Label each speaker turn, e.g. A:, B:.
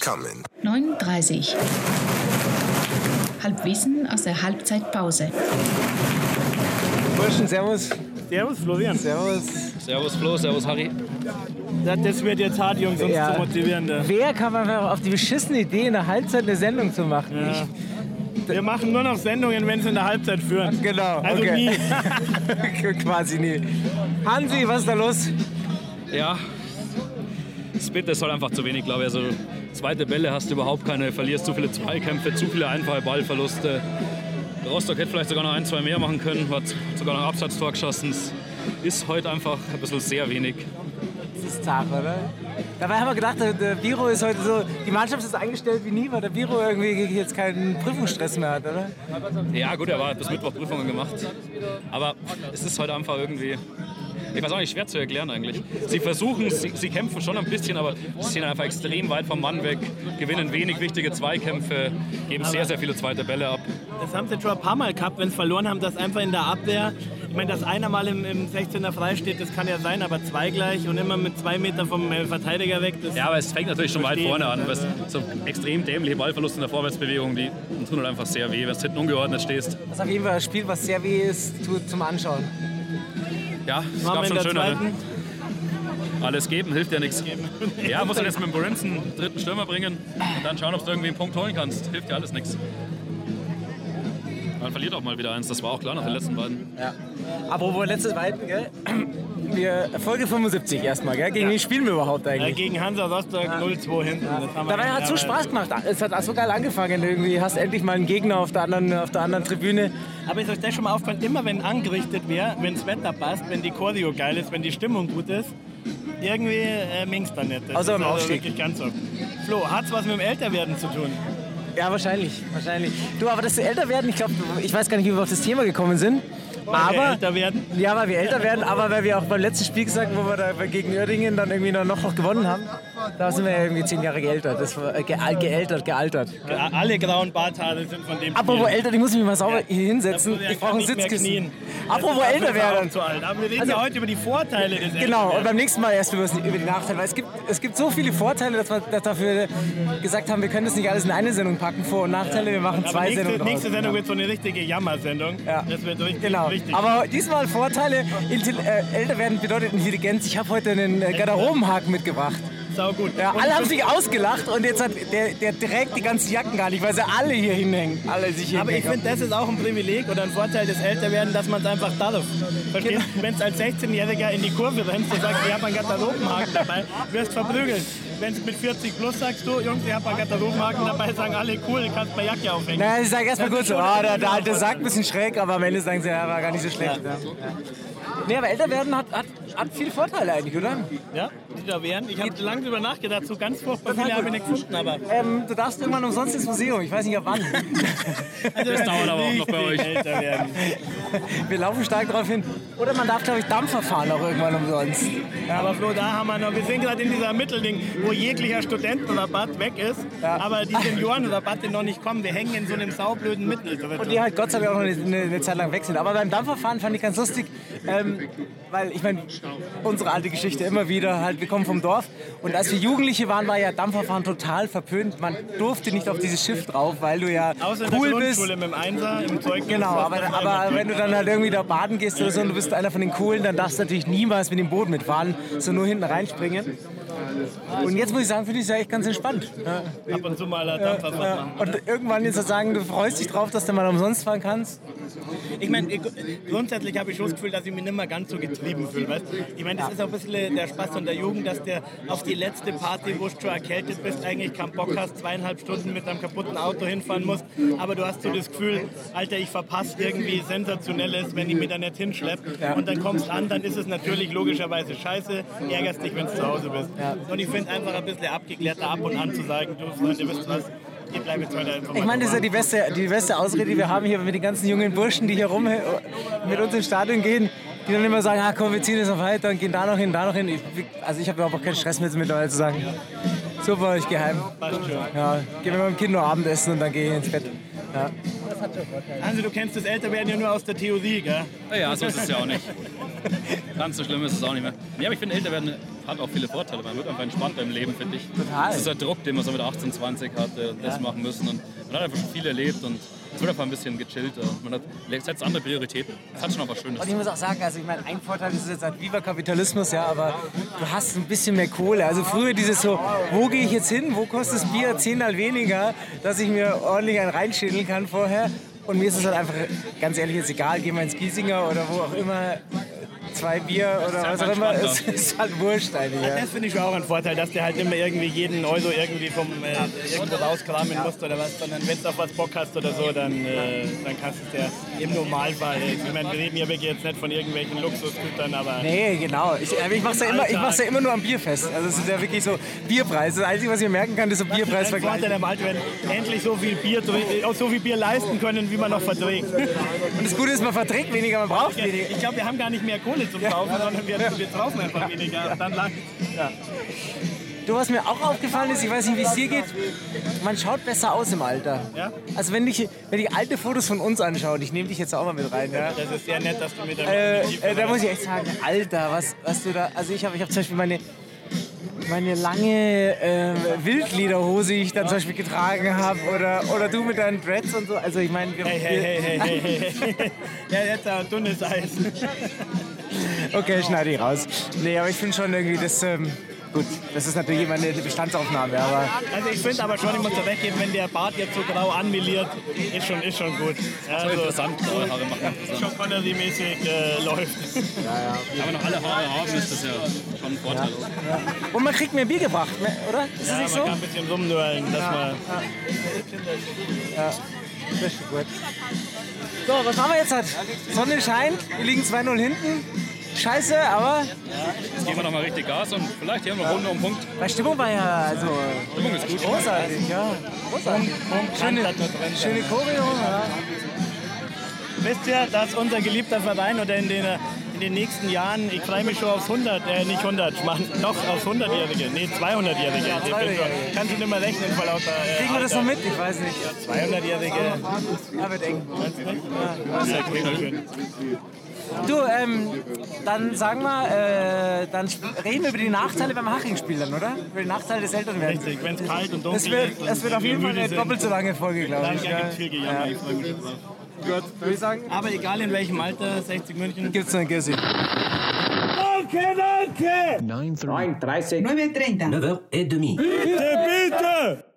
A: coming.
B: 39. Halbwissen aus der Halbzeitpause.
C: Burschen, servus.
D: Servus Florian.
C: Servus.
E: Servus Flo, servus Harry.
D: Das, das wird jetzt hart, Jungs, uns
C: Ja.
D: zu motivieren. Da.
C: Wer kam einfach auf die beschissene Idee, in der Halbzeit eine Sendung zu machen?
D: Ja. Wir machen nur noch Sendungen, wenn es in der Halbzeit führt.
C: Genau,
D: Also
C: okay.
D: nie.
C: Quasi nie. Hansi, was ist da los?
E: Ja, Spit ist halt einfach zu wenig, glaube ich. Also zweite Bälle hast du überhaupt keine, verlierst zu viele Zweikämpfe, zu viele einfache Ballverluste. Rostock hätte vielleicht sogar noch ein, zwei mehr machen können, hat sogar noch ein Abseitstor geschossen. Es Ist heute einfach ein bisschen sehr wenig.
C: Das ist Tag, oder? Dabei haben wir gedacht, der- der Biro ist heute so, die Mannschaft ist eingestellt wie nie, weil der Biro irgendwie jetzt keinen Prüfungsstress mehr hat, oder?
E: Ja gut, er war bis Mittwoch Prüfungen gemacht. Aber es ist heute einfach irgendwie, ich weiß auch nicht, schwer zu erklären eigentlich. Sie versuchen, sie, sie kämpfen schon ein bisschen, aber sie sind einfach extrem weit vom Mann weg, gewinnen wenig wichtige Zweikämpfe, geben sehr, sehr viele zweite Bälle ab.
D: Das haben sie schon ein paar Mal gehabt, wenn sie verloren haben, dass einfach in der Abwehr, ich meine, dass einer mal im, im 16er frei steht, das kann ja sein, aber zwei gleich und immer mit zwei Meter vom äh, Verteidiger weg. Das
E: Ja, aber es fängt natürlich schon weit
D: Verstehe.
E: vorne an. Weißt, du, so extrem dämliche Ballverluste in der Vorwärtsbewegung, die tun halt einfach sehr weh, wenn du hinten ungeordnet stehst.
C: Das ist auf jeden Fall ein Spiel, was sehr weh ist tut zum Anschauen.
E: Ja, es
D: machen
E: gab
D: wir in
E: schon ne?
D: der
E: schönere.
D: zweiten.
E: Alles geben, hilft ja nichts. Ja, musst du jetzt mit dem Brinson einen dritten Stürmer bringen und dann schauen, ob du irgendwie einen Punkt holen kannst. Hilft ja alles nichts. Man verliert auch mal wieder eins, das war auch klar nach den letzten beiden.
C: Apropos letztes Weiten, gell? Wir, Folge 75 erstmal, gell? Gegen wen spielen wir überhaupt
D: Äh,
C: eigentlich?
D: Gegen Hansa Rostock 0-2 hinten. Das haben wir
C: Dabei hat es so
D: aber-
C: Spaß gemacht. Es hat auch so geil angefangen irgendwie. Hast endlich mal einen Gegner auf der anderen, auf der anderen Tribüne.
D: Aber ist euch das schon mal aufgefallen, immer wenn angerichtet wäre, wenn das Wetter passt, wenn die Choreo geil ist, wenn die Stimmung gut ist, irgendwie äh, mingst dann nicht. Das
C: Außer
D: ist
C: beim Aufstieg.
D: wirklich ganz oft. Flo, hat's was mit dem Älterwerden zu tun?
C: Ja, wahrscheinlich, wahrscheinlich. Du, aber dass wir älter werden, ich glaube, ich weiß gar nicht, wie wir auf das Thema gekommen sind.
D: Wir
C: Aber
D: älter werden?
C: Ja, weil wir älter werden, aber weil wir auch beim letzten Spiel gesagt haben, wo wir da gegen Ördingen dann irgendwie noch, noch gewonnen haben, da sind wir ja irgendwie zehn Jahre geältert. Das war äh, ge geältert, gealtert.
D: Ja, Alle grauen Barthaare sind von dem
C: Apropos
D: Spiel.
C: älter, ich muss mich mal sauber hier hinsetzen.
D: Florian
C: Ich
D: kann
C: brauche einen
D: nicht mehr
C: Sitzkissen.
D: knien.
C: Apropos
D: Dafür
C: älter
D: ist er auch
C: werden.
D: zu alt. Aber wir reden
C: Also-
D: ja heute über die Vorteile des
C: Genau, und
D: Älterwerdens.
C: beim nächsten Mal erst über, über die Nachteile. Weil es gibt, es gibt so viele Vorteile, dass wir dass dafür gesagt haben, wir können das nicht alles in eine Sendung packen. Vor- und Nachteile, wir machen
D: Aber
C: zwei
D: nächste,
C: Sendungen.
D: nächste
C: draus.
D: Sendung wird so eine richtige Jammersendung.
C: Ja.
D: Das wird richtig,
C: Genau.
D: richtig.
C: Aber diesmal Vorteile. Intelli äh, älter werden bedeutet Intelligenz. Ich habe heute einen äh, Garderobenhaken mitgebracht.
D: Sau gut.
C: Ja,
D: Und
C: alle haben sich ausgelacht und jetzt hat der, der trägt die ganzen Jacken gar nicht, weil sie alle hier hinhängen. Alle sich hier
D: Aber ich finde, das ist auch ein Privileg oder ein Vorteil des Älterwerden, dass man es einfach darf. Verstehst du?
C: Genau.
D: Wenn es als 16-Jähriger in die Kurve rennst und sagst, ich habe einen Katalogenhaken dabei, wirst verprügelt. Wenn es mit 40 plus sagst du, Jungs, ich habe einen Katalogenhaken dabei, sagen alle, cool, kannst meine Jacke aufhängen.
C: Na, ich sage erstmal
D: Das
C: kurz,
D: ist
C: so,
D: schon
C: ah,
D: ein
C: der, der
D: riesiger
C: alte
D: Vorteil.
C: Sack ein bisschen schräg, aber am Ende sagen sie, ja, war gar nicht so schlecht. Ja. Nee, aber älter werden hat, hat, hat viele Vorteile eigentlich, oder?
D: Ja, die da wären. Ich habe lange drüber nachgedacht, so ganz furchtbar viele habe ich nicht gefunden, aber...
C: Ähm, du darfst irgendwann umsonst ins Museum, ich weiß nicht ab wann.
E: Das dauert aber auch noch bei euch.
D: Älter werden.
C: Wir laufen stark drauf hin. Oder man darf, glaube ich, Dampfer fahren auch irgendwann umsonst.
D: Aber Flo, da haben wir noch, wir sind gerade in dieser Mittelding, wo jeglicher Studentenrabatt weg ist,
C: Ja.
D: aber die Seniorenrabatte noch nicht kommen. Wir hängen in so einem saublöden Mittel.
C: Und die halt Gott sei Dank auch noch eine, eine, eine Zeit lang weg sind. Aber beim Dampferfahren fand ich ganz lustig, ähm, weil ich meine, unsere alte Geschichte immer wieder, halt, wir kommen vom Dorf. Und als wir Jugendliche waren, war ja Dampferfahren total verpönt. Man durfte nicht auf dieses Schiff drauf, weil du ja
D: Außer in der
C: cool bist.
D: Grundschule mit dem Einser, im Zeug.
C: Genau, aber, aber wenn du dann halt irgendwie da baden gehst oder so und du bist einer von den Coolen, dann darfst du natürlich niemals mit dem Boot mitfahren, so nur hinten reinspringen. Und jetzt muss ich sagen, finde ich es ja echt ganz entspannt. Ja.
D: Ab und zu mal ein Dampfer
C: Ja.
D: machen.
C: Und irgendwann jetzt sagen, du freust dich drauf, dass du mal umsonst fahren kannst.
D: Ich meine, grundsätzlich habe ich schon das Gefühl, dass ich mich nicht mehr ganz so getrieben fühle. Weißt? Ich meine, das ist auch ein bisschen der Spaß von der Jugend, dass du auf die letzte Party, wo du schon erkältet bist, eigentlich keinen Bock hast, zweieinhalb Stunden mit einem kaputten Auto hinfahren musst. Aber du hast so das Gefühl, Alter, ich verpasse irgendwie Sensationelles, wenn ich mich da nicht hinschleppe. Und dann kommst an, dann ist es natürlich logischerweise scheiße. Ärgerst dich, wenn du zu Hause bist. Und ich finde einfach ein bisschen abgeklärter ab und an zu sagen, du Freunde, wisst ihr was, ihr bleibt jetzt weiter
C: Ich meine, das ist ja die beste, die beste Ausrede, die wir haben hier mit den ganzen jungen Burschen, die hier rum äh, mit uns ins Stadion gehen, die dann immer sagen, ah, komm, wir ziehen jetzt noch weiter und gehen da noch hin, da noch hin. Ich, also ich habe überhaupt auch keinen Stress mit mittlerweile zu sagen. Super, ich geheim.
D: Passt schon.
C: Ja, gehen wir mal im Kind nur Abendessen und dann gehe ich ins Bett. Ja.
D: Also du kennst das Älterwerden ja nur aus der Theorie, gell?
E: Naja, so ist es ja auch nicht. Ganz so schlimm ist es auch nicht mehr. Ja, aber ich finde, älter werden hat auch viele Vorteile. Man wird einfach entspannter im Leben, finde ich.
C: Total.
E: Das ist der Druck, den man so mit 18, 20 hatte und das machen müssen. Und man hat einfach schon viel erlebt und es wird einfach ein bisschen gechillter. Und Man hat setzt andere Prioritäten. Das hat schon auch was Schönes.
C: Und ich muss auch sagen, also ich meine, ein Vorteil ist jetzt halt Viva Kapitalismus, ja, aber du hast ein bisschen mehr Kohle. Also früher dieses so, wo gehe ich jetzt hin, wo kostet das Bier zehnmal weniger, dass ich mir ordentlich einen reinschädeln kann vorher. Und mir ist es halt einfach, ganz ehrlich, jetzt egal, gehen wir ins Giesinger oder wo auch immer, zwei Bier oder was
E: einfach
C: auch immer, es
E: entspannter.
C: ist halt wurscht eigentlich. Ja.
D: Das finde ich schon auch ein Vorteil, dass der halt nicht mehr irgendwie jeden Euro irgendwie vom äh, irgendwo rauskramen musst oder was, sondern wenn du auf was Bock hast oder so, dann, äh, dann kannst du es ja im Normalfall. Äh, ich meine, wir reden hier wirklich jetzt nicht von irgendwelchen Luxusgütern, aber
C: Nee, genau. Ich, aber ich mache es ja, immer- ich mach's ja immer nur am Bier fest. Also es ist ja wirklich so Bierpreis. Das Einzige, was ich mir merken kann, ist so
D: ein
C: Bierpreisvergleich.
D: Vorteil am Alter, wenn endlich so viel Bier, trink- äh, so viel Bier leisten können, wie man noch verträgt.
C: Und das Gute ist, man verträgt weniger, man braucht weniger.
D: Ich glaube, wir haben gar nicht mehr Kohle zum Kaufen, sondern wir, wir brauchen einfach weniger. Dann lang.
C: Du, was mir auch aufgefallen ist, ich weiß nicht, wie es dir geht, man schaut besser aus im Alter.
D: Ja.
C: Also wenn ich, wenn ich alte Fotos von uns anschaue, und ich nehme dich jetzt auch mal mit rein, ja.
D: Das ist sehr nett, dass du mir da
C: Äh, äh, da muss ich echt sagen, Alter, was, was du da, also ich habe ich hab zum Beispiel meine, meine lange äh, Wildlederhose, die ich dann zum Beispiel getragen habe, oder, oder du mit deinen Dreads und so, also ich meine, wir,
D: Hey, hey, hey, hey, hey, hey. Ja, jetzt äh, dünnes Eis.
C: okay, schneide ich raus. Nee, aber ich finde schon irgendwie, das, ähm, gut, das ist natürlich immer eine Bestandsaufnahme, aber...
D: Also ich finde aber schon, ich muss da weggeben, wenn der Bart jetzt so grau anmeliert, ist schon, ist schon gut. Also,
E: Interessant, graue Haare machen interessant.
D: schon Connery-mäßig äh, läuft.
E: Aber noch alle Haare haben, ist das ja schon ein Vorteil.
C: Und man kriegt mehr Bier gebracht, ne, oder? Ist das
D: Ja, man
C: nicht so?
D: kann ein bisschen rumnörlen, dass man...
C: Das ist gut. So, was machen wir jetzt halt? Sonne scheint, wir liegen 2-0 hinten. Scheiße, aber
E: Jetzt geben wir nochmal richtig Gas und vielleicht hier haben wir Runde um Punkt.
C: bei Stimmung war ja also
E: Stimmung ist gut.
C: großartig, ja. Großartig. Schöne, schöne Choreo, ja.
D: Wisst ihr, dass unser geliebter Verein oder in den, in den nächsten Jahren, ich freue mich schon auf 100, äh, nicht 100, ich mach noch auf 100-Jährige, nee, 200-Jährige. Ich bin
C: 200-Jährige.
D: schon- kann schon nicht mehr rechnen vor lauter äh,
C: Kriegen wir das noch
D: Alter.
C: mit? Ich weiß nicht.
D: 200-Jährige.
C: Ja, wird eng.
D: Ja, kriegen wir schön.
C: Du, ähm, dann sagen wir, äh, dann sp- reden wir über die Nachteile beim Haching-Spiel dann, oder? Über die Nachteile des Älterwerdens.
D: Richtig, wenn es kalt und dunkel
C: Es wird,
D: ist. und
C: es wird auf
D: wir
C: jeden Fall
D: müde
C: eine
D: sind,
C: doppelt so lange Folge, glaube
D: Dann
C: ich.
D: gibt es viel Gejammer, ich freue mich schon drauf.
C: Würde ich sagen,
D: Aber egal in welchem Alter, 60 München,
C: gibt es eine Gessi.
A: 9.30
F: 9.30.
G: h et demie.
H: Bitte, bitte!